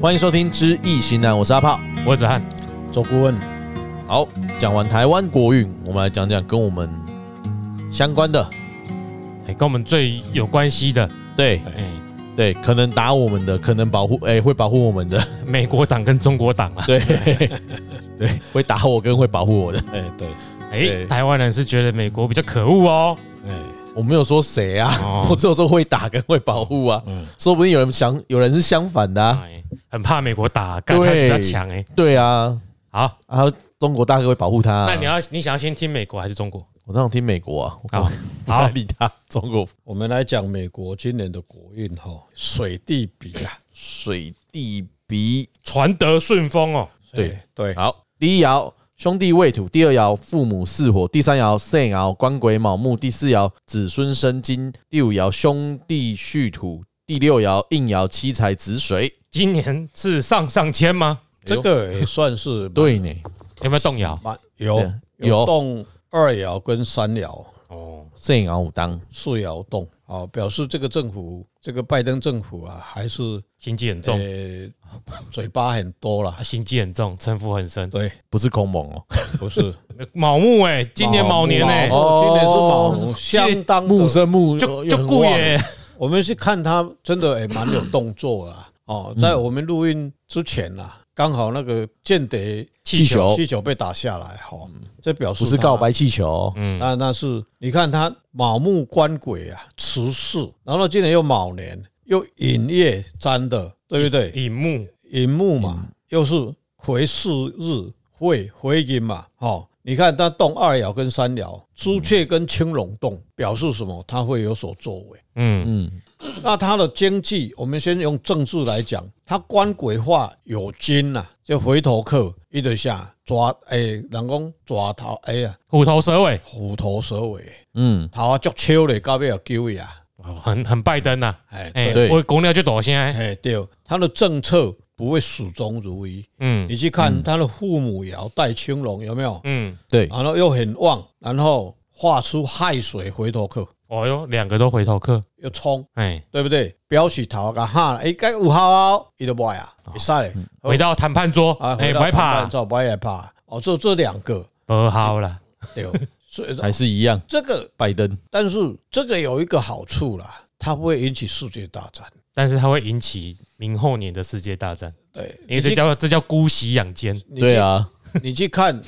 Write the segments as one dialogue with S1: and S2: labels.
S1: 欢迎收听《知易行难》，我是阿炮。
S2: 我子翰，
S3: 周顾问，
S1: 好，讲完台湾国运，我们来讲讲跟我们相关的。
S2: 哎、跟我们最有关系的，
S1: 对
S2: 哎、
S1: 对，可能打我们的，可能保护，哎、会保护我们的，
S2: 哎美国党跟中国党啊，
S1: 对对，会打我跟会保护我的。
S3: 哎、对，
S2: 哎、
S1: 对
S2: 台湾人是觉得美国比较可恶哦，
S3: 哎、
S1: 我没有说谁啊，
S2: 哦
S1: 我只有说会打跟会保护啊，
S3: 嗯，
S1: 说不定有人想，有人是相反的啊。
S2: 哎很怕美国打，感觉
S1: 对
S2: 比较强哎、
S1: 对啊，
S2: 好，
S1: 啊，中国大哥会保护他、啊。
S2: 那你要你想要先听美国还是中国？
S1: 我当然听美国啊，我
S2: 好
S1: 不太
S2: 好
S1: 理他。中国
S3: 我们来讲美国今年的国运哈，水地比啊，
S1: 水地比
S2: 传德顺风哦，
S1: 对
S3: 哎对，
S1: 好，第一爻兄弟未土，第二爻父母巳火，第三爻肾爻官鬼卯木，第四爻子孙生金，第五爻兄弟戌土，第六爻应爻七财子水。
S2: 今年是上上签吗？
S3: 这个也算是
S1: 对呢，
S2: 有没有动摇？
S3: 蛮
S1: 对
S3: 有
S1: 啊有
S3: 有动二爻跟三爻
S2: 哦，
S1: 肾爻五当，
S3: 四爻动啊，表示这个政府这个拜登政府啊，还是
S2: 心机很重，
S3: 呃嘴巴很多啦
S2: 啊，心机很重，城府很深。
S3: 对，
S1: 不是空蒙哦，
S3: 不是，
S2: 卯木哎、今年卯年哎、
S3: 卯
S1: 哦
S3: 今年是卯木，相当的
S1: 木生木
S2: 就就哎顾
S1: 也
S2: 也
S3: 我们是看他真的也蛮有动作啊。哦，
S1: 嗯
S3: 在我们录音之前啊，刚好那个间谍
S1: 气球，嗯
S3: 气球被打下来，哈、这表示
S1: 不是
S3: 他
S1: 告。白气球哦，
S2: 嗯，
S3: 那那是你看他卯木官鬼啊，持世，然后今年又卯年，又寅夜占的，对不对？
S2: 乙木
S3: 寅木嘛，又是癸巳日会回寅嘛，哦，你看他动二爻跟三爻，朱雀跟青龙动，表示什么？他会有所作为。
S2: 嗯
S1: 嗯，
S3: 那它的经济，我们先用政治来讲，它官鬼化有金呐、就回头客一直下抓，哎、人讲抓头，哎、呀，
S2: 虎头蛇尾，
S3: 虎头蛇尾，
S1: 嗯，
S3: 头啊足笑嘞，到尾要救伊啊，
S2: 哦很很拜登呐、啊。
S3: 哎、
S2: 哎、
S1: 对
S2: 我公料就躲现在。
S3: 哎、对，它的政策不会始终如一。
S2: 嗯
S3: 你去看它的父母爻带青龙有没有？
S2: 嗯，
S1: 对，
S3: 然后又很旺，然后化出亥水回头客，
S2: 哦哟，两个都回头客，
S3: 又冲，
S2: 哎，
S3: 对不对？表示头啊，哈，哎、该有效啊，伊就卖啊，会使嘞。
S2: 回到谈判桌，
S3: 啊，
S2: 哦嗯哎，不会怕，
S3: 照不害怕。哦，这这两个
S2: 不好了，
S3: 对，所以
S1: 还是一样，
S3: 这个，
S1: 拜登
S3: 但是这个有一个好处啦，它不会引起世界大战。
S2: 但是它会引起明后年的世界大战，
S3: 对，
S2: 因为这
S3: 去
S2: 叫这叫姑息养奸，
S3: 你
S1: 对
S3: 去
S1: 啊，
S3: 你去看，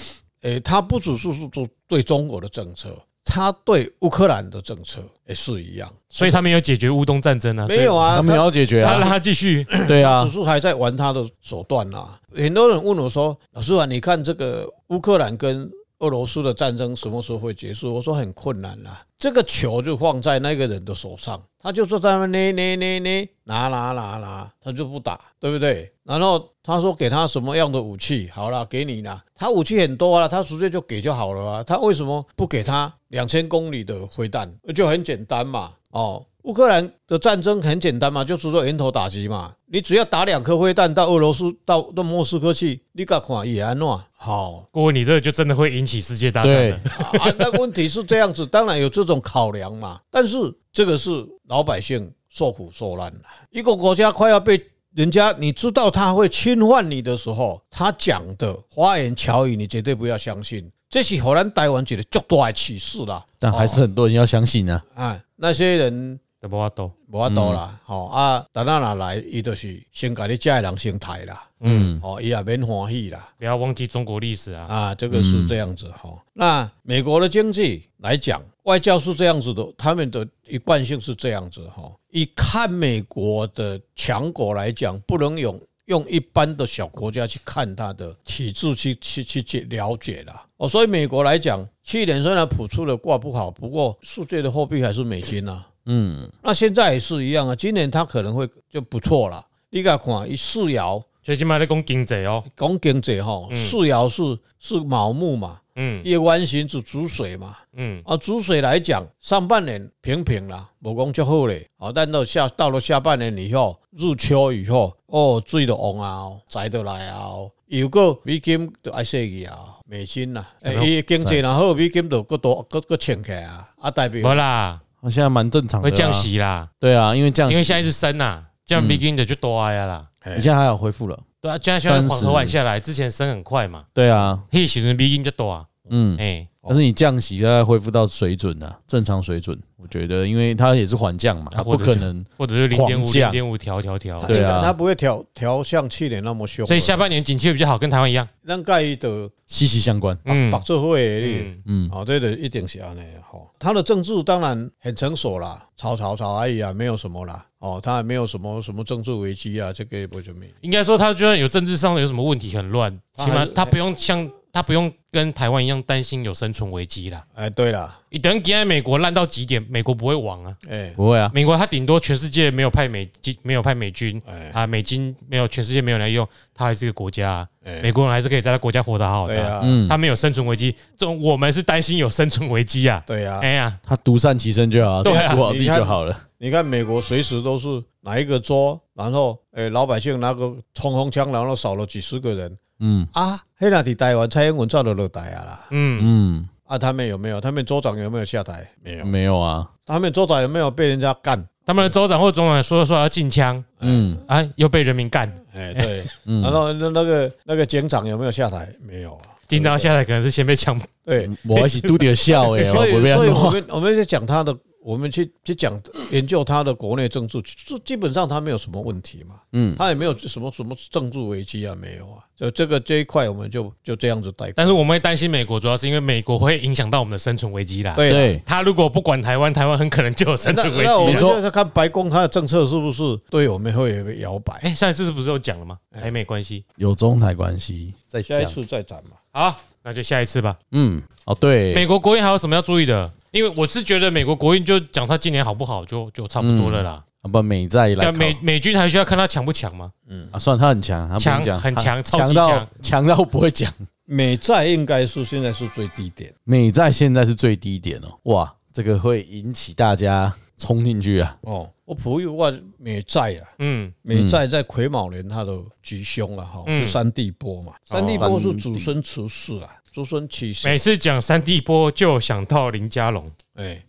S3: 诶，它不只是是做对中国的政策，它对乌克兰的政策也是一样。
S2: 所以他没有解决乌东战争啊，
S3: 没有啊，
S1: 他们也要解决
S2: 他让
S1: 啊，
S2: 他继续，
S1: 对
S3: 他
S1: 啊
S3: 只，是还在玩他的手段啦、很多人问我说：“老师啊，你看这个乌克兰跟俄罗斯的战争什么时候会结束？”我说很困难啦、啊这个球就放在那个人的手上，他就说在那捏捏捏捏，拿拿拿拿，他就不打，对不对？然后他说给他什么样的武器？好了，给你啦。他武器很多啊，他直接就给就好了啊。他为什么不给他两千公里的回弹？就很简单嘛，哦。乌克兰的战争很简单嘛，就是说源头打击嘛。你只要打两颗灰弹到俄罗斯、到到莫斯科去，你敢看也安怎？好
S2: 不过你这个就真的会引起世界大战
S1: 对
S2: 了，，
S3: 啊，那问题是这样子，当然有这种考量 嘛。但是这个是老百姓受苦受难了，一个国家快要被人家你知道他会侵犯你的时候，他讲的花言巧语，你绝对不要相信。这是荷兰台湾一个足大的启示啦。
S1: 但还是很多人要相信啊，
S3: 哦啊，那些人
S2: 对不？我懂，
S3: 无法度啦，吼、啊，等咱若来，伊就是先甲你遮的人先抬啦，
S1: 嗯，
S3: 吼、伊也免欢喜啦，
S2: 不要忘记中国历史啊，
S3: 啊，这个是这样子吼、那美国的经济来讲，外交是这样子的，他们的一贯性是这样子吼、以看美国的强国来讲，不能用用一般的小国家去看它的体制去去去去了解啦。哦，所以美国来讲，去年虽然普出的挂不好，不过世界的货币还是美金啊。
S1: 嗯，
S3: 那现在也是一样啊，今年它可能会就不错了。你甲看，一四爻
S2: 所以今麦在讲经济哦，
S3: 讲经济吼，
S2: 嗯
S3: 四爻是是卯木嘛，
S2: 嗯
S3: 夜弯形是主水嘛。
S2: 嗯，
S3: 啊，主水来讲，上半年平平啦，无讲足好咧。啊，但到下到了下半年以后，入秋以后，哦，水就旺啊哦，财就来啊哦。又个美金就爱说去啊，美金啦，诶、
S2: 哎
S3: 伊经济若好，美金就搁多搁搁升起来啊，啊代表
S2: 不嗯啦，
S1: 那现在蛮正常的，
S2: 会降，息啦，
S1: 对啊，因为降
S2: 因为
S1: 息，
S2: 现在是升呐，降 b e g 的就多呀啦，
S3: 哎
S1: 你现在还有恢复了？
S2: 对啊，现在现在
S1: 30
S2: 缓和缓下来，之前升很快嘛，
S1: 对啊，
S2: 嘿，时阵比音就多啊，
S1: 嗯，
S2: 哎，
S1: 但是你降息大概恢复到水准啊，正常水准，我觉得，因为它也是缓降嘛，
S2: 啊
S1: 它不
S2: 或者
S1: 可
S2: 是
S1: 能
S2: 或者是零点
S1: 狂
S2: 五、零
S1: 降
S2: 点五调调调，
S1: 对啊
S3: 它不会调调像去年那么凶，啊
S2: 所以下半年景气会比较好，跟台湾一样。
S3: 咱介意的
S1: 息息相关。
S2: 嗯
S3: 白社会的，
S2: 嗯，
S1: 嗯，
S3: 哦，这个一定是安尼吼。他的政治当然很成熟啦，吵吵吵而已啊，没有什么啦，哦，他也没有什么什么政治危机啊，这个也不怎么样。
S2: 应该说他就算有政治上有什么问题很乱，
S3: 他
S2: 起码
S3: 还
S2: 他不用像他不用跟台湾一样担心有生存危机啦。
S3: 哎，对啦，
S2: 你等今天美国烂到极点，美国不会亡啊。
S3: 哎
S1: 不会啊，
S2: 美国他顶多全世界没有派美金，没有派美军
S3: 哎
S2: 啊，美金没有，全世界没有人来用，他还是个国家啊。
S3: 哎，
S2: 美国人还是可以在他国家活得好好
S3: 对
S2: 的啊，
S3: 啊，
S1: 嗯，
S2: 他没有生存危机。这种我们是担心有生存危机啊。
S3: 对啊，
S2: 哎呀，
S1: 他独善其身就好，
S2: 对啊
S1: 顾好自己就好了。
S3: 你看美国随时都是哪一个州，然后哎、老百姓拿个冲锋枪，然后少了几十个人
S1: 嗯
S3: 啊，黑那底台湾蔡英文照的落台啊啦，
S2: 嗯，
S1: 嗯，
S3: 啊，他们有没有？他们州长有没有下台？没有，
S1: 没有啊，
S3: 他们州长有没有被人家干？
S2: 他们的州长或总统说说要禁枪
S1: 嗯
S2: 啊，又被人民干，
S3: 哎、对，
S1: 嗯，
S3: 然后那那个那个警长有没有下台？没有啊，
S2: 紧张下来可能是先被枪
S3: 对，
S1: 我一起嘟点笑 哎，我
S3: 所以
S1: 不被他
S3: 所以我
S1: 弄。
S3: 们我们在讲他的，我们去去讲研究他的国内政治，基基本上他没有什么问题嘛，
S1: 嗯，
S3: 他也没有什么什么政治危机啊，没有啊，就这个这一块我们就就这样子带过。
S2: 但是我们会担心美国，主要是因为美国会影响到我们的生存危机啦。，
S3: 对啊，
S1: 对，
S2: 他如果不管台湾，台湾很可能就有生
S3: 那
S2: 存危
S3: 那我
S2: 机
S3: 们
S2: 了。
S1: 说
S3: 就是看白宫它的政策是不是对我们会有摇摆。
S2: 哎、上一次是不是有讲了吗？台美关系。
S1: 有中台关系再
S3: 下
S1: 讲
S3: 一。次再展嘛，
S2: 好，那就下一次吧。
S1: 嗯，哦对，
S2: 美国国运还有什么要注意的？因为我是觉得美国国运就讲他今年好不好就就差不多了啦。
S1: 啊不美在来
S2: 但
S1: 考
S2: 美美军还需要看他强不强吗？
S1: 啊，算他很强，他不用
S2: 强
S1: 讲
S2: 很
S1: 他
S2: 强超
S1: 强
S2: 级
S1: 到
S2: 强
S1: 强到不会讲。
S3: 美债应该是现在是最低点，
S1: 美债现在是最低点哦，哇，这个会引起大家冲进去啊。
S3: 哦，我普语话美债啊，
S2: 嗯，
S3: 美债在癸卯年它的吉凶啊，哈，
S2: 嗯
S3: 就三地波嘛，三地波是祖孙持世啊，祖孙起世，
S2: 每次讲三地波就想到林佳龙，
S3: 哎，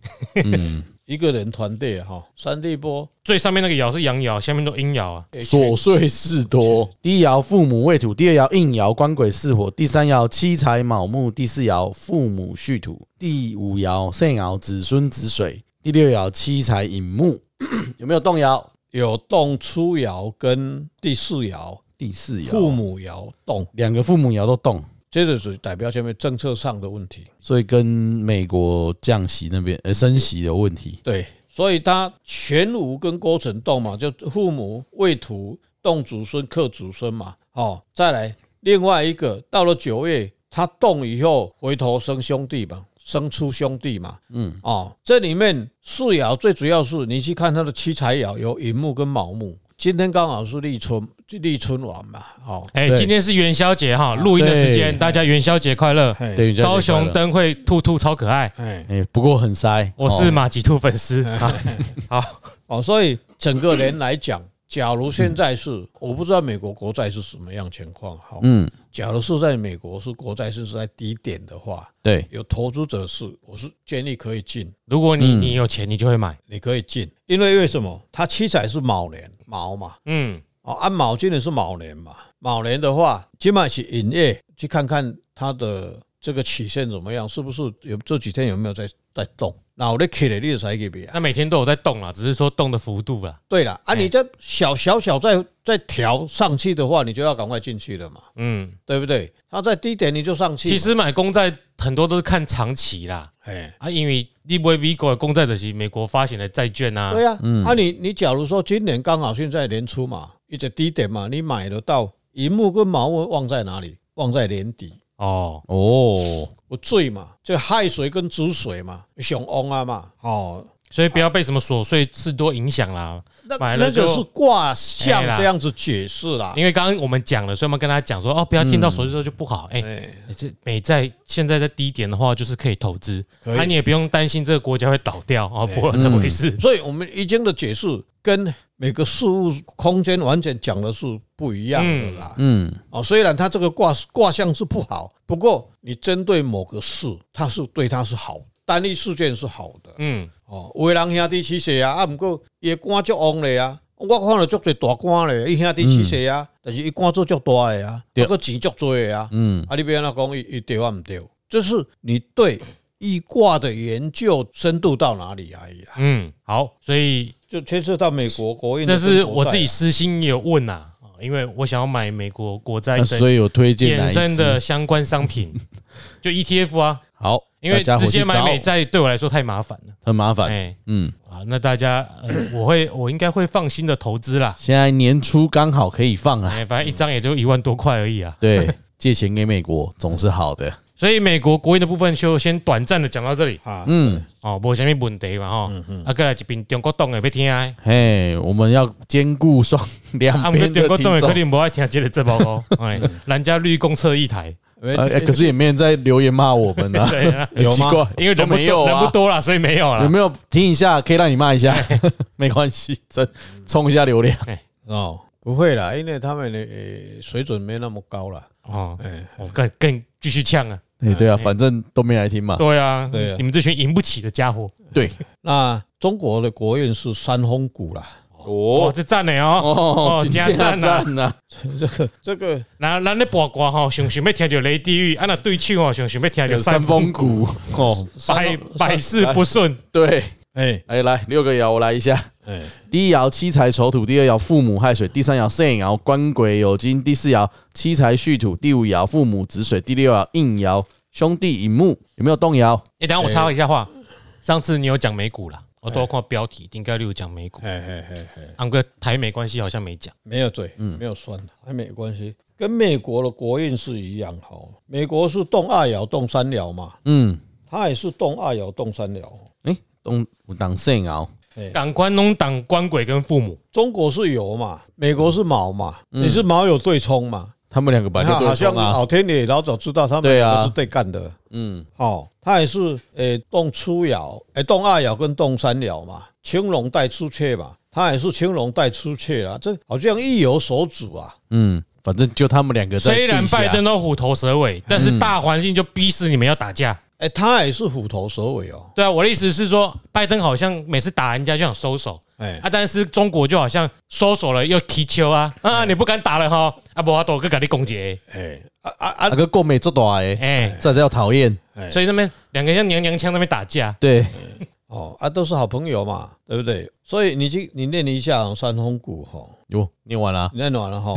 S1: 嗯，
S3: 一个人团队啊哈，三地波
S2: 最上面那个爻是阳爻，下面都阴爻啊。
S1: 琐碎事多。第一爻父母未土，第二爻应爻官鬼巳火，第三爻七财卯木，第四爻父母戌土，第五爻肾爻子孙子水，第六爻七财寅木。 有没有动摇？
S3: 有动初爻跟第四爻
S1: 第四
S3: 父
S1: 爻，
S3: 母爻动，
S1: 两个父母爻都动，
S3: 这就是代表下面政策上的问题。
S1: 所以跟美国降息那边呃升息有问题。
S3: 对，所以他玄武跟勾陈动嘛，就父母未土动祖孙克祖孙嘛。哦，再来另外一个，到了九月，他动以后回头生兄弟嘛，生出兄弟嘛。嗯，哦，这里面四爻最主要是你去看它的七财爻有寅木跟卯木，今天刚好是立春立春晚嘛。哦，
S2: 哎、
S1: 对
S2: 今天是元宵节哈，录音的时间，
S1: 对
S2: 大家元宵节快乐！
S3: 嘿
S1: 对，元宵节
S2: 高雄
S1: 快乐，
S2: 灯会兔兔超可爱，
S3: 哎，
S1: 哎，不过很塞。
S2: 我是
S1: 哦
S2: 马吉兔粉丝。啊好，
S3: 哦，所以整个人来讲。假如现在是，我不知道美国国债是什么样情况。好，
S1: 嗯，
S3: 假如是在美国是国债是在低点的话，
S1: 对，
S3: 有投资者是，我是建议可以进，
S2: 如果你
S1: 嗯
S2: 你有钱，你就会买。
S3: 你可以进，因为为什么？它七彩是卯年卯嘛，
S2: 嗯，
S3: 哦，按卯今年是卯年嘛，卯年的话，今晚是营业，去看看它的这个曲线怎么样，是不是有这几天有没有在在动？那我的起来，你就才给别啊。
S2: 那每天都有在动啦，只是说动的幅度啦。
S3: 对了，啊，
S2: 哎
S3: 你这小小小再再调上去的话，你就要赶快进去了嘛，
S2: 嗯，
S3: 对不对？它在低点你就上去嘛，
S2: 其实买公债很多都是看长期啦，
S3: 哎。
S2: 啊，因为你不会美国的公债就是美国发行的债券啊。
S3: 对呀、啊，你你假如说今年刚好现在年初嘛，一直低点嘛，你买得到银幕跟毛会忘在哪里？忘在年底，
S2: 哦，
S1: 哦，
S3: 有罪嘛，这亥水跟子水嘛，上翁啊嘛，哦，
S2: 所以不要被什么琐碎事多影响啦。
S3: 那
S2: 买了
S3: 那个
S2: 就是
S3: 卦象
S2: 哎啦
S3: 这样子解释啦，
S2: 因为刚刚我们讲了，所以我们跟他讲说，哦，不要
S1: 嗯
S2: 听到琐碎事就不好。哎，
S3: 哎，
S2: 你这美债现在在低点的话，就是可以投资，
S3: 可以
S2: 那、你也不用担心这个国家会倒掉啊，不会有这回事。
S3: 所以我们易经的解释跟每个事物空间完全讲的是不一样的啦，
S1: 嗯，
S3: 哦，虽然它这个卦卦象是不好，不过你针对某个事，它是对它是好，单一事件是好的。
S2: 嗯，
S3: 哦，有的人兄弟起势啊，啊，毋过伊的官足旺咧啊，我看了足侪大官咧，伊兄弟起势啊，但是伊官做足大个
S1: 嗯
S3: 啊，
S1: 对
S3: 啊个钱足多个啊，
S1: 嗯，
S3: 啊，你别安怎讲伊伊对啊毋对，就是你对易卦的研究深度到哪里而已啦，
S2: 嗯，好，所以
S3: 就牵涉到美国国运的
S2: 这
S3: 分国债啊。
S2: 是我自己私心有问呐、啊，因为我想要买美国国债
S1: 那啊所以有推荐哪
S2: 哎衍
S1: 一
S2: 生
S1: 支
S2: 的相关 商品，就 ETF 啊，
S1: 好，
S2: 因为
S1: 大家
S2: 直
S1: 伙去
S2: 接买
S1: 找
S2: 美债对我来说太麻烦了。
S1: 很麻烦。
S2: 哎，
S1: 嗯，
S2: 啊，那大家，呃我会，我应该会放心的投资啦。
S1: 现在年初刚好可以放啊。
S2: 哎，反正一张也就一万多块而已啊。
S1: 对，借钱给美国总是好的。
S2: 所以美国国营的部分就先短暂的讲到这里
S3: 啊，
S1: 嗯，
S2: 哦，无什么问题嘛吼。啊，过来一边中国党的要听
S1: 啊
S2: 的，
S1: 嘿，我们要兼顾双
S2: 啊，
S1: 两
S2: 毋过
S1: 边
S2: 中
S1: 的
S2: 国
S1: 听
S2: 党的肯
S1: 众。
S2: 定无爱听这个节目 哦。哎，人家绿共测一台，
S3: 哎
S1: 呃，哎可是也没人在留言骂我们啊，
S2: 对啊，
S1: 很
S3: 有
S1: 奇
S3: 吗
S1: 怪，
S2: 因为
S1: 都
S2: 人不
S1: 没
S2: 多，
S1: 有
S2: 人不
S1: 啊。
S2: 多啦，所以没有
S1: 有
S2: 啦。
S1: 没有听一下，可以让你骂一下， 没关系，真冲一下流量。
S3: 哦，不会啦，因为他们的呃水准没那么高啦。
S2: 哦，
S3: 哎，
S2: 我更更继续呛啊。
S1: 哎，对啊，反正都没来听嘛。
S2: 对啊，
S3: 对啊
S2: 你们这群赢不起的家伙。
S1: 对，
S3: 那中国的国运是三峰谷啦，
S2: 哦，
S1: 哦
S2: 这赞的哦。
S1: 哦，
S2: 加
S1: 真
S2: 赞啊
S1: 赞呐！
S3: 这个这个
S2: 那咱咧八卦吼，想想要听到雷地狱，啊那对手吼，想想要听到
S1: 有三峰
S2: 峰，
S1: 谷哦，
S2: 百
S3: 三峰
S2: 百事不顺。
S1: 对，
S3: 哎
S1: 哎，来六个爻，我来一下。
S3: 哎
S1: 第一爻七财丑土，第二爻父母亥水，第三爻肾爻官鬼酉金，第四爻七财戌土，第五爻父母子水，第六爻应爻兄弟寅木，有没有动摇？
S2: 哎，等一下我插一下话，上次你有讲美股啦，我都有看标题，应该你有讲美股
S3: 哎，哎哎哎，
S2: 安哥台美关系好像没讲。
S3: 没有嘴，
S1: 嗯
S3: 没有酸，还没有关系，跟美国的国运是一样好。美国是动二爻动三爻嘛，
S1: 嗯，
S3: 它也是动二爻动三爻。
S1: 哎，动挡肾爻，
S2: 港官弄哎党官鬼跟父母，
S3: 中国是油嘛，美国是毛嘛，你是毛有对冲嘛？
S1: 他们两嗯个本
S3: 你
S1: 来
S3: 看
S1: 就
S3: 好
S1: 对
S3: 像
S1: 冲啊。
S3: 老天爷老早知道他们
S1: 对啊
S3: 两个是对干的。
S1: 嗯，
S3: 哦，它也是诶动初爻，诶动二爻跟动三爻嘛，青龙带出雀嘛，它也是青龙带出雀啊，这好像意有所指啊。
S1: 嗯，反正就他们两个在
S2: 虽然
S1: 地下
S2: 拜登都虎头蛇尾，但是大环境就逼死你们要打架。
S3: 诶，它也是虎头蛇尾哦。
S2: 对啊，我的意思是说，拜登好像每次打人家就想收手，
S3: 诶，
S1: 哎
S2: 啊，但是中国就好像收手了又踢球啊啊，你不敢打了哈，啊，不我都去给你攻击，
S3: 诶，啊啊啊
S1: 那，个购美做大诶，
S2: 哎，
S1: 这才叫讨厌。
S3: 哎
S2: 所以那边两个像娘娘腔那边打架，
S1: 对，
S3: 哦啊，都是好朋友嘛，对不对？所以你去你练一下哦三峰谷哈，
S1: 哟，念完了，
S3: 你练完了哈。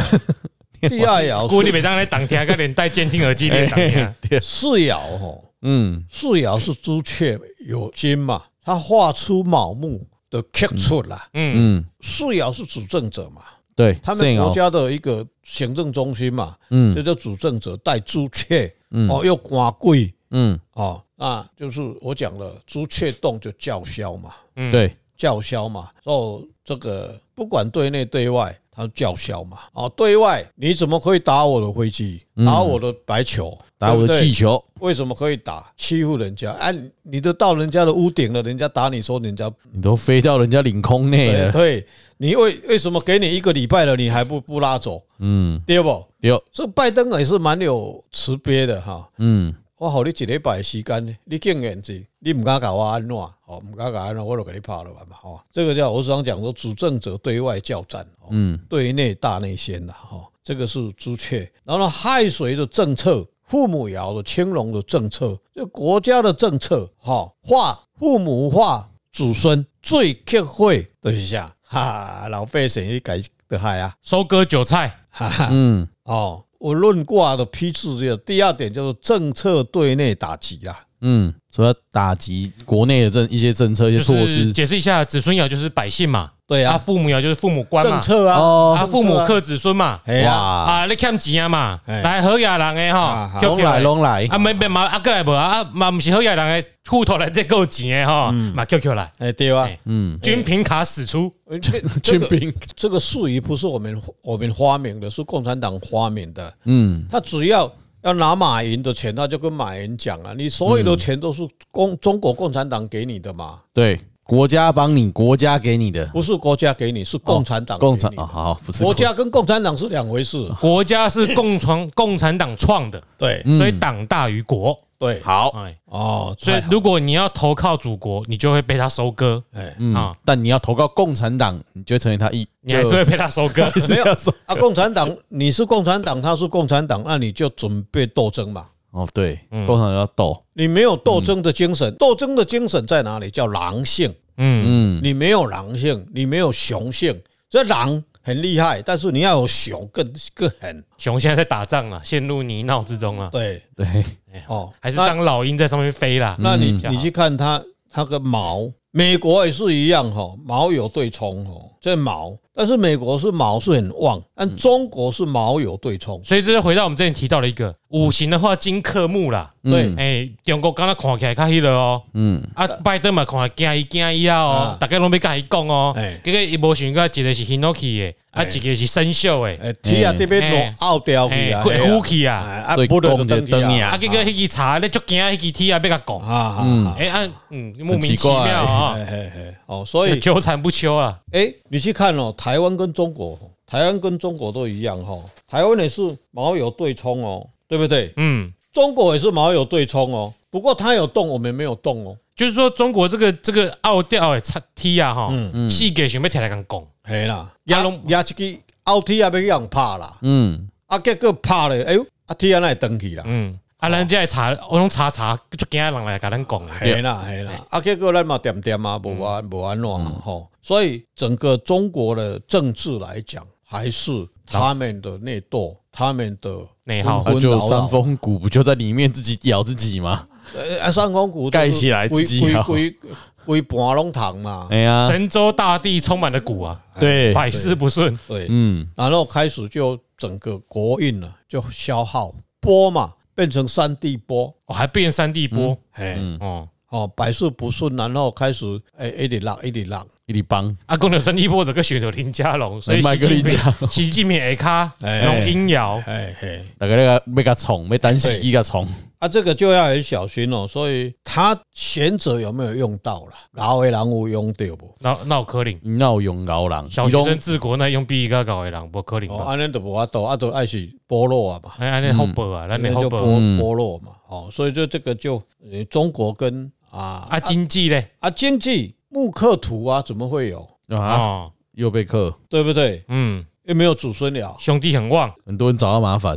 S3: 第二
S2: 估
S3: 爻
S2: 你每当来挡天，啊跟连带监听耳机连挡天，啊
S3: 是四爻哈，
S1: 嗯，
S3: 四爻是朱雀有金嘛，它画出卯木的刻出啦。
S2: 嗯，
S1: 嗯，
S3: 四爻是主政者嘛，
S1: 对，
S3: 他
S1: 肾
S3: 们
S1: 爻
S3: 国家的一个行政中心嘛，
S1: 嗯
S3: 这叫主政者带朱雀，
S1: 嗯
S3: 哦，又官贵
S1: 嗯，
S3: 哦，那就是我讲了，朱雀洞就叫嚣嘛，
S2: 嗯
S1: 对，
S3: 叫嚣嘛，哦，这个不管对内对外，他叫嚣嘛，哦，对外你怎么可以打我的飞机，打我的白球，
S1: 嗯打我的
S3: 对不对
S1: 气球，
S3: 为什么可以打？欺负人家，哎、你都到人家的屋顶了，人家打你说人家
S1: 你都飞到人家领空内
S3: 对
S1: 了。
S3: 对，你为为什么给你一个礼拜了，你还不不拉走，
S1: 嗯，
S3: 对不？
S1: 对，
S3: 所以拜登也是蛮有慈悲的哈。
S1: 嗯。
S3: 我互你一礼拜的时间，你竟然是你唔敢搞我安怎？哦，唔敢搞安怎，我就给你拍了完嘛。哦，这个叫我常讲说，主政者对外叫战，哦、
S1: 嗯，
S3: 对内大内宣呐。哦，这个是朱雀。然后亥水的政策，父母爻的青龙的政策，就国家的政策，哈、哦，化父母化祖孙最克会，就是啥？哈哈，老百姓一改的害啊，
S2: 收割韭菜，
S3: 哈哈。
S1: 嗯，
S3: 哦，我论卦的批次就第二点就是政策对内打击啊啦。
S1: 嗯，所以要打击国内的政一些政策、一些
S2: 就
S1: 措
S2: 是
S1: 施。
S2: 解释一下，子孙爻就是百姓嘛，
S3: 对
S2: 啊，
S3: 啊，
S2: 父母爻就是父母官嘛
S3: 政，策啊，
S1: 哦
S2: 啊，父母克子孙嘛，
S3: 哎呀，
S1: 哇，
S2: 啊，你欠钱啊嘛，
S3: 哎
S2: 来好野人诶
S3: 啊
S2: 吼，
S3: 啊
S2: 叫
S1: 拢
S2: 起来
S1: 来拢来，
S2: 啊，没没嘛，啊过来无啊，啊嘛毋是好野人诶，户头内底够钱诶吼，嘛叫叫来，
S3: 哎对啊
S2: 哎，
S1: 嗯，
S2: 军品卡使出，
S3: 呃这这
S1: 军
S3: 个
S1: 兵，
S3: 这个术语不是我们我们发明的，是共产党发明的。
S1: 嗯，
S3: 他只要要拿马云的钱，他就跟马云讲啊，你所有的钱都是共中国共产党给你的嘛，
S1: 对，国家帮你，国家给你的，
S3: 不是国家给你，是共产党给
S1: 共
S3: 你
S1: 产
S3: 的。
S1: 啊，好，不是
S3: 国家跟共产
S2: 嗯
S3: 党是两回事，
S2: 国家是共创共产党创的，
S3: 对
S1: 嗯
S2: 所以党大于国，
S3: 对，
S1: 好，
S2: 哎，
S3: 哦，
S2: 所以
S3: 太好
S2: 如果你要投靠祖国，你就会被他收割，
S3: 哎，
S1: 嗯
S2: 啊，
S1: 但你要投靠共产党，你就会成为他一，
S2: 你还是
S1: 就
S2: 会被他收割。
S3: 没有
S1: 要 说
S3: 啊，共产党你是共产党，他是共产党，那你就准备斗争嘛。
S1: 哦，对，
S2: 嗯
S1: 共产党要斗，
S3: 你没有斗争的精神，斗争的精神在哪里？叫狼性。
S2: 嗯，
S1: 嗯，
S3: 你没有狼性，你没有雄性。这狼很厉害，但是你要有熊更更狠。
S2: 熊现在在打仗了， 陷入泥淖之中了，
S3: 对，
S1: 对，
S3: 哦，
S2: 啊哎还是当老鹰在上面飞啦。
S3: 那你
S2: 嗯
S3: 你去看它它个毛，美国也是一样哈、毛有对冲哦，这毛，但是美国是毛是很旺，但中国是毛有对冲，
S2: 所以这就回到我们之前提到的一个五行的话，金克木啦。
S3: 对
S1: 嗯
S2: 哎，中国刚刚看起来较迄个哦，
S1: 嗯，
S2: 啊，拜登嘛看起来惊伊惊伊啊哦
S3: 啊，
S2: 大家拢要甲伊讲哦
S3: 哎。
S2: 结果伊无想到一个是 Hinoki 的，啊，
S3: 哎
S2: 一个是生锈的，
S3: 哎，踢啊这边
S2: 哎
S3: 落凹掉去
S2: 哎，
S3: 啊，
S2: 会
S3: 哎呀
S2: 呼气啊。
S3: 哎啊
S1: 所以
S3: 不得
S1: 讲就
S3: 登
S1: 回去啊
S2: 啊，结果迄支茶咧足惊，迄支铁啊要甲
S3: 啊
S2: 讲，
S3: 啊，
S1: 嗯
S3: 嗯，
S2: 哎啊，嗯，莫
S1: 很
S2: 名
S1: 奇
S2: 其
S1: 怪
S2: 妙啊，
S3: 哎哎哎，哦，所
S2: 就
S3: 以
S2: 纠缠不休啊。
S3: 哎，你去看哦，台湾跟中国，台湾跟中国都一样哈、哦，台湾也是毛有对冲哦，对不对？
S2: 嗯，
S3: 中国也是毛有对冲哦，不过它有动，我们没有动哦，
S2: 就是说中国这个这个奥调的插铁啊，哈，
S3: 嗯
S1: 嗯
S2: 四个想要摕来讲讲，
S3: 嘿啦，
S2: 亚
S3: 亚
S2: 龙
S3: 亚一支奥体也要去人拍啦，
S1: 嗯，
S3: 啊结果拍咧，哎呦，啊体安会登去啦，
S2: 嗯，啊，咱这查，我拢查查，足惊人来甲咱讲的。
S3: 嘿啦嘿啦，啊结果咱嘛点点啊，无安无安怎嘛吼，所以整个中国的政治来讲，还是他们的内斗，他们的
S2: 内耗
S1: 那
S3: 纷纷
S1: 啊就
S3: 扰
S1: 三
S3: 扰。
S1: 峰谷不就在里面自己咬自己吗？
S3: 呃啊，三公股
S1: 盖起来
S3: 规
S1: 自己啊
S3: 规
S1: 咬
S3: 规规盘拢糖嘛，
S1: 哎呀，
S2: 神州大地充满了谷啊，
S1: 对，
S2: 百事不顺。
S3: 对，
S1: 嗯，
S3: 然后开始就整个国运了，就消耗波嘛，变成三地波，
S2: 哦，还变三地波，
S3: 嘿。
S1: 嗯
S2: 哦，
S3: 哦，百事不顺，然后开始诶、一直落一直落，
S1: 一里帮，
S2: 啊，讲到三地波，这个选择林家龙，所以
S1: 麦
S2: 习
S1: 克
S2: 近
S1: 林
S2: 平
S1: 家，
S2: 习近平下卡
S3: 哎
S2: 用阴爻，
S3: 哎嘿，
S1: 大概那个被他宠，被单洗一个宠，
S3: 啊，这个就要很小心哦。所以他贤者有没有用到了？老的人有用到不？哦
S2: 闹闹柯林，
S1: 闹用老狼，
S2: 小学生治国那用比一个搞的人，无柯林
S3: 哦，
S2: 吧？
S3: 安尼都无法度，啊，都爱是剥落啊嘛，
S2: 哎，安尼好报啊，咱
S3: 那
S2: 你好
S3: 就
S2: 报
S3: 剥
S2: 啊
S1: 嗯
S3: 剥落嘛。哦，所以就这个就呃中国跟啊
S2: 啊，经济嘞，
S3: 啊经济木克土啊，怎么会有？
S1: 用啊，
S2: 哦，
S1: 又被克，
S3: 对不对？
S2: 嗯，
S3: 又没有子孙了，
S2: 兄弟很旺
S1: 很多人找到麻烦，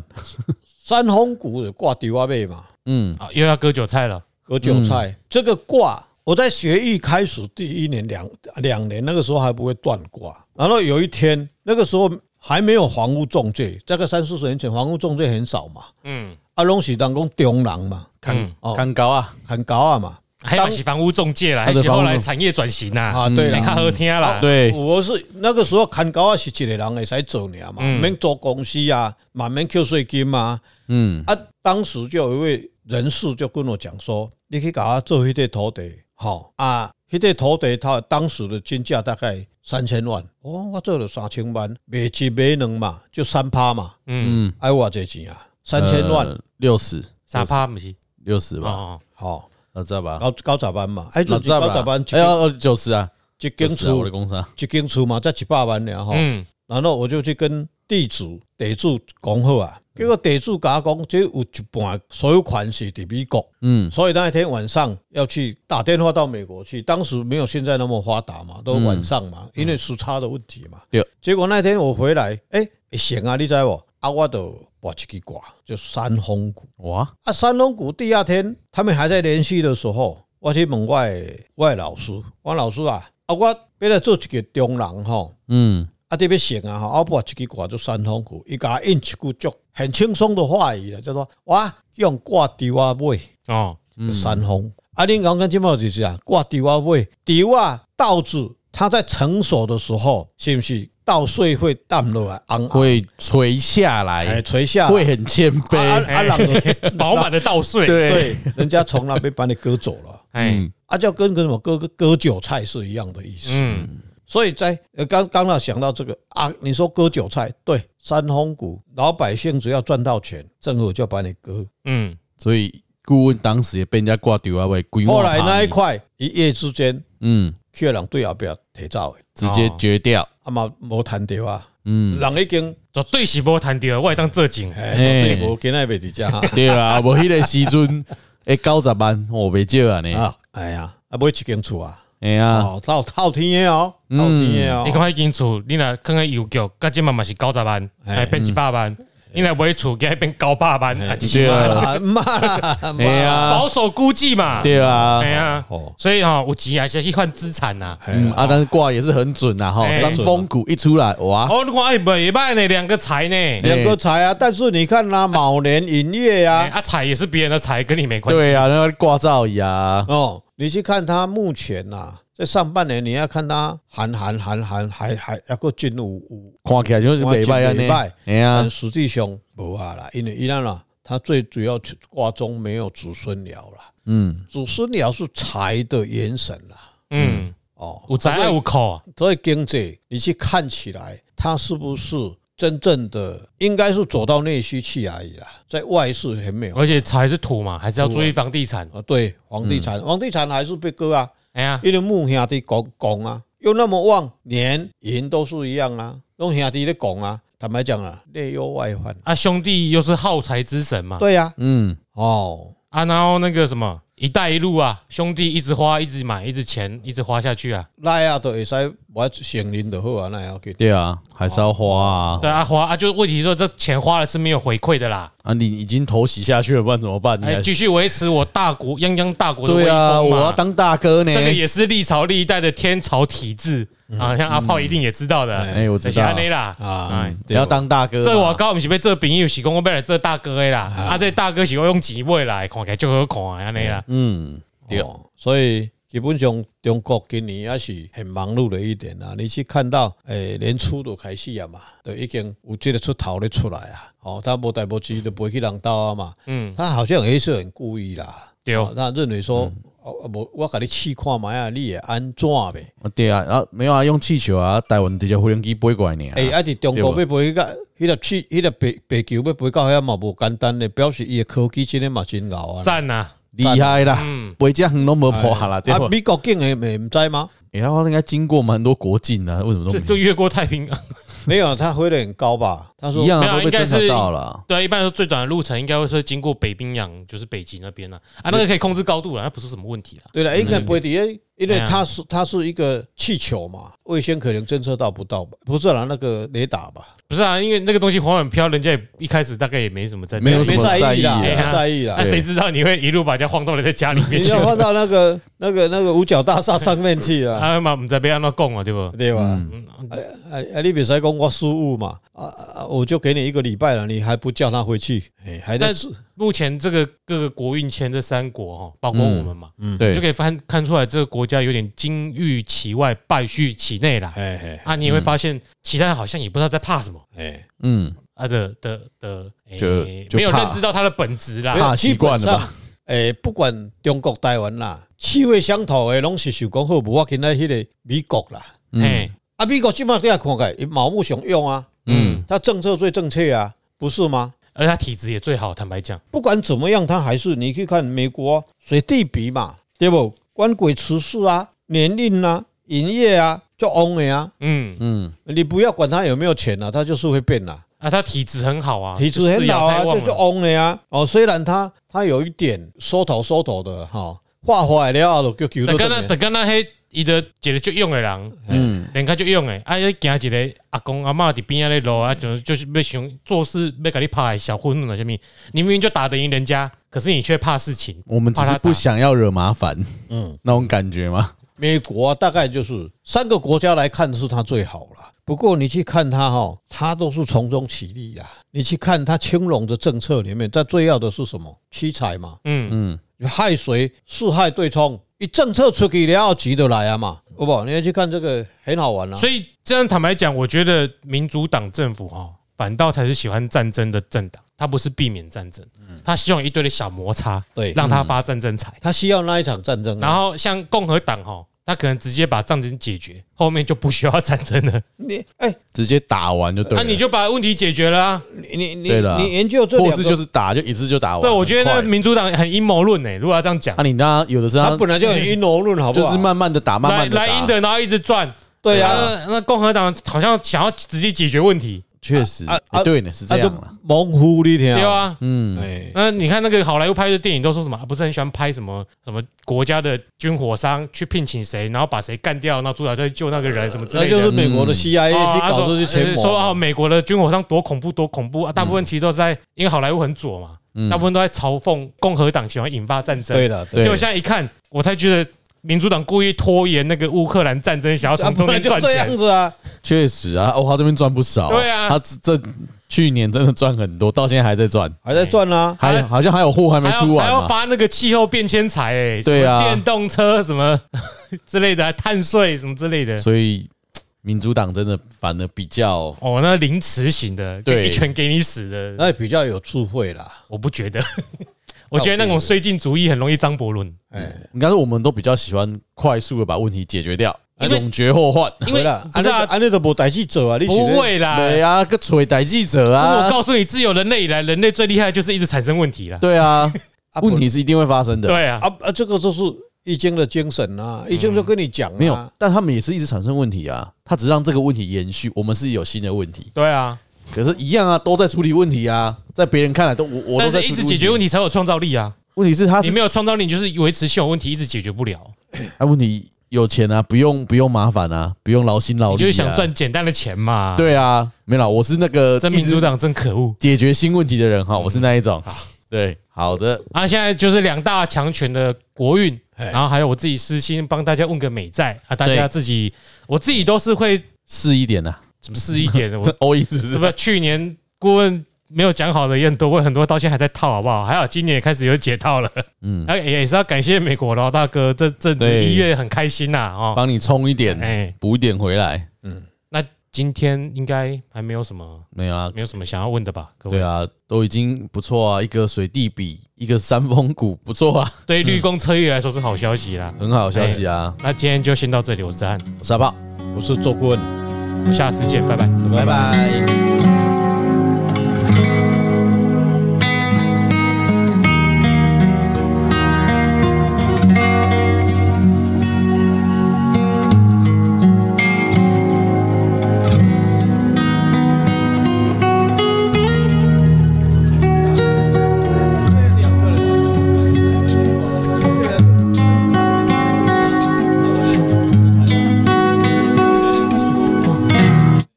S3: 三红谷的挂地瓜背嘛。
S1: 嗯，
S2: 啊，又要割韭菜了，
S3: 割韭菜、这个卦，我在学艺开始第一年两两年，那个时候还不会断卦。然后有一天，那个时候还没有房屋中介，大概三四十年前，房屋中介很少嘛，
S2: 嗯，
S3: 啊，拢是当讲中人嘛，
S2: 嗯，
S3: 哦，
S1: 看高啊，
S3: 很高啊嘛，
S2: 还有是房屋中介啦，
S1: 他
S2: 还
S1: 的
S2: 是后
S1: 房
S2: 来
S1: 屋
S2: 产业转型啦，
S3: 啊，对
S2: 你
S3: 啦。
S2: 看好听啦，
S1: 啊对，
S3: 我是那个时候看高啊，是一个人会使做尔嘛，
S2: 嗯
S3: 免做公司啊，嘛免扣税金啊。
S1: 嗯，
S3: 啊，当时就有一位人士就跟我讲说，你去给他做一块土地，好啊，迄块土地它当时的金价大概三千万，哦，我做了三千万，卖一卖两嘛，就三趴嘛，
S2: 嗯，
S1: 嗯，
S3: 爱我这钱啊，三千万，
S1: 呃，六十，
S2: 三趴不是，
S1: 六十吧，
S2: 哦，
S3: 好、
S1: 那知道吧？
S3: 高高十万嘛，哎，就
S1: 那
S3: 是
S1: 知道
S3: 高十
S1: 吧
S3: 万，一？
S1: 哎
S3: 间
S1: 呦，九十啊，
S3: 一
S1: 九
S3: 间
S1: 十啊，我的
S3: 厝，
S1: 工伤，
S3: 一间厝嘛，才一百万了哈。
S2: 嗯，
S3: 然后我就去跟地主、地主讲好啊，结果地主甲我讲，这有一半所有款是伫美国。
S1: 嗯
S3: 所以那一天晚上要去打电话到美国去，当时没有现在那么发达嘛，都晚上嘛，因为时差的问题嘛。
S1: 对
S3: 结果那天我回来，哎、会行啊，你知不？啊，我就把一支挂，就三峰谷。
S1: 哇，
S3: 啊，三峰谷第二天他们还在联系的时候，我去问我的我的老师，我老师啊，啊，我本来做一个中人吼，
S1: 嗯，
S3: 啊，这边行啊，吼，啊，我把一支挂做三峰谷，伊甲印一句足很轻松的话语了，叫做哇，用挂掉啊买。
S2: 哦，
S1: 嗯
S3: 山峰。啊，恁讲跟金茂就是啊，挂丢啊尾丢啊稻子，它在成熟的时候，是不是稻穗会淡落来，昂昂
S1: 会垂下
S3: 哎
S1: 来，
S3: 垂下来，
S1: 会很谦
S3: 啊啊
S1: 卑，
S3: 啊，人就
S2: 饱满的稻穗，
S1: 对，
S3: 对，嗯人家从那边把你割走了，
S2: 哎，
S1: 嗯
S3: 啊，就跟跟什么割割韭菜是一样的意思。
S2: 嗯，
S3: 所以在呃刚刚那想到这个啊，你说割韭菜，对，三峰谷老百姓只要赚到钱，政府就把你割。
S2: 嗯，
S1: 所以顾问当时也被人家挂掉啊，喂，规划
S3: 后来那一
S1: 旁
S3: 块一夜之间，
S1: 嗯，
S3: 去人对后壁提走的，
S1: 直接绝掉，
S3: 啊嘛无谈掉啊，
S1: 嗯，
S3: 人已经。
S2: 绝对是无谈到的，我会当做证，
S3: 哎，对，我今仔袂伫遮哈，
S1: 对啊，无迄个时阵，诶，九十万我袂少啊呢，
S3: 啊，哎呀，啊，买一间厝啊，
S1: 哎呀，
S3: 哦，到套天的哦，套天的
S2: 你
S3: 哦，
S2: 看迄间厝，你若放喺邮局，甲即嘛嘛是九十万，
S3: 哎
S2: 还变一百万。你若买厝，加变九百万，啊，一千
S1: 对
S2: 万
S1: 啊，
S3: 啊，妈啦，
S1: 哎
S3: 妈啦，
S1: 呀，
S2: 保守估计嘛。
S1: 对啊
S2: 哎，呀，
S3: 哦，
S2: 所以吼，有钱还是去换资产呐。
S1: 嗯，啊，但是挂也是很准啊，哈，
S2: 哎
S1: 三峰谷一出来，哇，
S2: 哦，你看哎，袂歹呢，两个财呢，
S3: 两个财啊，但是你看啦，卯年营业
S2: 哎
S3: 啊，
S2: 啊，财也是别人的财，跟你没关系。
S1: 对啊，那个挂照呀，
S3: 哦，你去看它目前呐、啊，这上半年你要看它含含含含还还要够进入五，
S1: 看起来就是袂歹安
S3: 看起
S1: 尼
S3: 来不错，
S1: 哎呀
S3: 但，实际上无啊啦，因为伊那啦，它最主要挂钟没有子孙爻啦，
S1: 嗯，
S3: 子孙爻是财的元神啦，
S2: 嗯，
S3: 哦，
S2: 有财爱有口，啊
S3: 所以经济你去看起来，它是不是真正的应该是走到内需去而已啦，在外事还没有
S2: 而且财是土嘛，还是要注意房地产。
S3: 啊。对，房地产，房地产还是被割啊。
S2: 哎呀，
S3: 因为木兄弟讲讲啊，又那么旺，年银都是一样啊，拢兄弟在讲啊。坦白讲啊，内忧外患。
S2: 啊，兄弟又是耗财之神嘛。
S3: 对呀、
S1: 嗯，
S3: 哦，
S2: 啊，然后那个什么“一带一路”啊，兄弟一直花，一直买，一直钱，一直花下去啊。
S3: 那样都会使我承认就好啊，那要紧。
S1: 对啊，还是要花啊，
S2: 对啊，花啊，就是问题说这钱花了是没有回馈的啦，
S1: 啊，你已经头洗下去了，不然怎么办？你
S2: 哎，
S1: 还
S2: 继续维持我大国泱泱大国的
S1: 嗯
S2: 威
S1: 对啊，
S2: 风
S1: 我
S2: 嘛
S1: 要。当大哥呢
S2: 这，个也是历朝历代的天朝体制啊，像阿炮一定也知道的。
S1: 嗯哎我知道
S2: 安内啦
S1: 哎
S3: 啊
S2: 啊，
S1: 要当大哥嘛，
S2: 这我告毋是被这朋友是讲我被来这大哥的啦，啊这大哥是我用钱买来，看起来就好看安尼啦。
S1: 嗯，对
S3: 哦所以基本上中国今年也是很忙碌的一点啊。你去看到，诶、年初都开始啊嘛，都已经有这个出头咧出来啊。哦，他无代无志就不去人刀啊嘛。
S2: 嗯，
S3: 他好像也是很故意啦。
S2: 对
S3: 哦那认为
S1: 嗯
S3: 说，哦，无、我给你试看卖啊，你也安怎呗？
S1: 对啊，然后没有啊，用气球啊，台湾直接无人机飞过来呢，
S3: 诶、啊，是中国要飞迄个，迄个气，迄个白白球要飞到遐嘛，无简单咧，表示伊的科技真诶嘛真牛啊。
S2: 赞呐，
S1: 厉害啦，
S2: 嗯，
S1: 飞这样都没破啦，对
S3: 啊
S1: 吧，？
S3: 美国境诶，没唔知吗？
S1: 哎，他应该经过我们很多国境啊，为什么都
S2: 这
S1: 没
S2: 就
S1: 有
S2: 越过太平 洋。
S3: 没有，啊他飞得很高吧？他说
S1: 一样
S2: 没有
S1: 啊，都被
S2: 应该
S1: 侦
S2: 是
S1: 查到了，
S2: 对啊，一般说最短的路程应该会是经过北冰洋，就是北极那边啦。啊，那个可以控制高度了，那不是什么问题啦。
S3: 对了，应该不会的，因为
S2: 哎呀
S3: 它是它是一个气球嘛，卫星可能侦测到不到吧？不是啦，那个雷达吧，
S2: 不是啊，因为那个东西缓缓飘，人家也一开始大概也没什么在
S1: 没有
S3: 没
S1: 什么
S3: 在
S1: 在
S3: 意
S1: 意
S3: 啦，
S1: 啊
S3: 没在意啦
S2: 那。谁知道你会一路把人家晃到了在家里面
S3: 你
S2: 去
S1: 啊
S3: 要？放到那个那个那个五角大厦上面去啊，
S2: 啊嘛，我们在被安那供啊，对不？
S3: 对吧？
S1: 嗯
S3: 啊啊啊！你别使讲我失误嘛，啊啊啊！我就给你一个礼拜了，你还不叫他回去，哎，还在
S2: 但目前这个各个国运签这三国哈，包括我们嘛，你就
S1: 对，
S2: 可以翻看出来这个国家有点金玉其外，败絮其内啦。
S3: 哎哎
S2: 啊，你也会发现其他人好像也不知道在怕什么
S3: 哎，
S1: 嗯，
S2: 啊的的的，哎
S1: 就就
S2: 没有
S1: 怕
S2: 认知到他的本质啦
S1: 没。怕习惯了吧
S3: 基本上？哎，不管中国、台湾啦，气味相投的拢是想讲好，无我今仔迄个美国啦，
S1: 嗯
S2: 哎，
S3: 啊，美国即马对啊看开，盲目想用啊，
S2: 嗯，
S3: 他政策最正确啊，不是吗？
S2: 而且他体质也最好，坦白讲，
S3: 不管怎么样，他还是你去看美国随地比嘛，对不？官鬼持事啊，年龄啊，营业啊，就 on 的啊，
S2: 嗯，
S1: 嗯，
S3: 你不要管他有没有钱啊，他就是会变啊，
S2: 啊，他体质很好啊，
S3: 体质很老啊，就就
S2: 哦，
S3: on 的啊。哦，虽然他他有一点缩头缩头的哈，画坏了啊就球
S2: 等
S3: 都
S2: 跟那等跟那嘿，伊的一个就用的人，
S1: 嗯，
S2: 人家就用的，啊，你行一个阿公阿嬷伫边仔咧路啊，就是就是要想做事要甲你拍的小混混啊，什么，你明明就打得赢人家，可是你却怕事情，
S1: 我们只
S2: 怕
S1: 是
S2: 他
S1: 不
S2: 打
S1: 想要惹麻烦，
S3: 嗯
S1: 嗯，那种感觉吗？
S3: 美国啊大概就是三个国家来看是它最好了。不过你去看它哈，它都是从中起利呀、你去看它青龙的政策里面，它最要的是什么？七彩嘛，
S2: 嗯，
S1: 嗯，
S3: 害谁是害对冲。一政策出去了，急得来啊嘛，好不好？你要去看这个很好玩啊。
S2: 所以这样坦白讲，我觉得民主党政府哈、哦反倒才是喜欢战争的政党，他不是避免战争，
S1: 嗯
S2: 他希望有一堆的小摩擦，
S3: 对，
S2: 让他发战争财。
S3: 他需要那一场战
S1: 嗯
S3: 争、啊。
S2: 然后像共和党哈、他可能直接把战争解决，后面就不需要战争了，
S3: 你哎、
S1: 直接打完就对了，
S2: 那、啊你就把问题解决了、啊。
S3: 你你你
S1: 对了啊
S3: 你研究这
S1: 或
S3: 两
S1: 是就
S3: 个，
S1: 是打就一次就打完，
S2: 对，我觉得那
S1: 很
S2: 个
S1: 快
S2: 民主党很阴谋论呢。如果要这样讲
S1: 啊，，你那有的时
S3: 他
S1: 候
S3: 本来就很阴谋论，好
S1: 嗯
S3: 不
S1: 就
S3: 好？
S1: 是慢慢的打，慢
S2: 来
S1: 慢的
S2: 来
S1: 打啊
S2: 赢，的，然后一直赚。
S3: 对呀、
S2: 那那共和党好像想要直接解决问题，
S1: 确实，
S3: 啊
S1: 欸
S3: 啊
S1: 对呢，是这
S3: 啊就
S1: 样了。
S3: 蒙糊你听
S2: 对，啊，
S1: 嗯，
S3: 哎，
S2: 那你看那个好莱坞拍的电影都说什么？啊不是很喜欢拍什么什么国家的军火商去聘请谁，然后把谁干掉，然后主角就去救那个人什么之
S3: 啊那
S2: 类
S3: 就
S2: 的
S3: 是。美国的
S1: 嗯
S3: CIA
S2: 哦
S3: 去
S2: 啊
S3: 搞
S2: 说
S3: 这些
S2: 呃
S3: 钱
S2: 说哦，
S3: 谋，
S2: 美国的军火商多恐怖多恐
S3: 嗯
S2: 怖啊！大部分其实都在，因为好莱坞很左嘛，
S1: 嗯
S2: 大部分都在嘲讽共和党喜欢引发战争。
S3: 对的，对
S1: 对
S2: 结果现在一看，我才觉得民主党故意拖延那个乌克兰战争，想要
S3: 啊
S2: 从
S3: 不
S2: 中
S3: 然
S2: 间
S3: 就
S2: 赚
S3: 这
S2: 钱
S3: 样。子啊，
S1: 确实啊，哦，他这边赚不少。
S2: 对啊
S1: 他这这去年真的赚很多，到现在还在赚，
S3: 还在赚啊，
S1: 还有好像还有货还没
S2: 还要
S1: 出
S2: 还
S1: 完
S2: 要
S1: 嘛。
S2: 发那个气候变迁财哎，
S1: 对啊
S2: 什么电动车什么 之类的，碳税什么之类的。
S1: 所以嘖民主党真的反而比较
S2: 哦，那凌迟型的，
S1: 对
S2: 对，一拳给你死的，
S3: 那也比较有智慧啦，
S2: 我不觉得。 我觉得那种绥靖主义很容易张伯伦，
S3: 哎，
S1: 应该是我们都比较喜欢快速的把问题解决掉，
S2: 因为
S1: 永绝后 患。
S2: 因为
S3: 对啦
S2: 不是啊
S3: 啊，安内都无代志做啊，你是
S2: 不会啦。
S1: 对啊，个锤逮记者
S2: 我
S1: 啊，
S2: 告诉你，自有人类以来，人类最厉害的就是一直产生问题啦。
S1: 对 啊，
S3: 啊
S1: 问题是一定会发生的。
S2: 对啊
S3: 不，啊啊，这个就是易经的精神啊，易经就跟你讲
S1: 没有
S3: 啊，，
S1: 但他们也是一直产生问题啊，他只是让这个问题延续，我们是有新的问题，
S2: 对啊，
S1: 可是，一样啊，都在处理问题啊，在别人看来都我我
S2: 但
S1: 都在
S2: 是
S1: 处理
S2: 一直解决问
S1: 题，
S2: 题才有创造力啊。
S1: 问题是他
S2: 你
S1: 是
S2: 没有创造力，你就是维持现有问题，一直解决不了。
S1: 啊，问题有钱啊，不用不用麻烦啊，不用劳心劳力、啊，
S2: 你就是想赚简单的钱嘛。，
S1: 对啊，没啦，我是那个
S2: 真民主嗯党真可恶
S1: 一直解决新问题的人哈，我是那一种，对，好的，
S2: 啊！现在就是两大强权的国运，
S3: 嘿
S2: 然后还有我自己私心帮大家问个美债啊，大家自己，我自己都是会
S1: 试一点呐、啊，
S2: 怎么试一点的，我
S1: 这欧一直
S2: 是
S1: 是
S2: 不是去年顾问没有讲好的也很多，我很多到现在还在套，好不好？还好今年也开始有解套了，
S1: 嗯
S2: 嗯，那也也是要感谢美国哦老大哥，这阵子
S1: 对
S2: 一月很开心呐，哦，
S1: 帮你冲一点，
S2: 哎，
S1: 补一点回来，
S2: 那今天应该还没有什么，
S1: 没有啊，
S2: 没有什么想要问的吧？各位
S1: 对，啊，都已经不错啊，一个水地比，一个山峰谷，不错啊，
S2: 对于绿工车业来说是好消息啦。
S1: 很好消息啊，
S2: 那今天就先到这里，我是安，
S1: 沙炮，
S3: 我是做官，
S2: 我们下次见，拜拜。
S1: 拜拜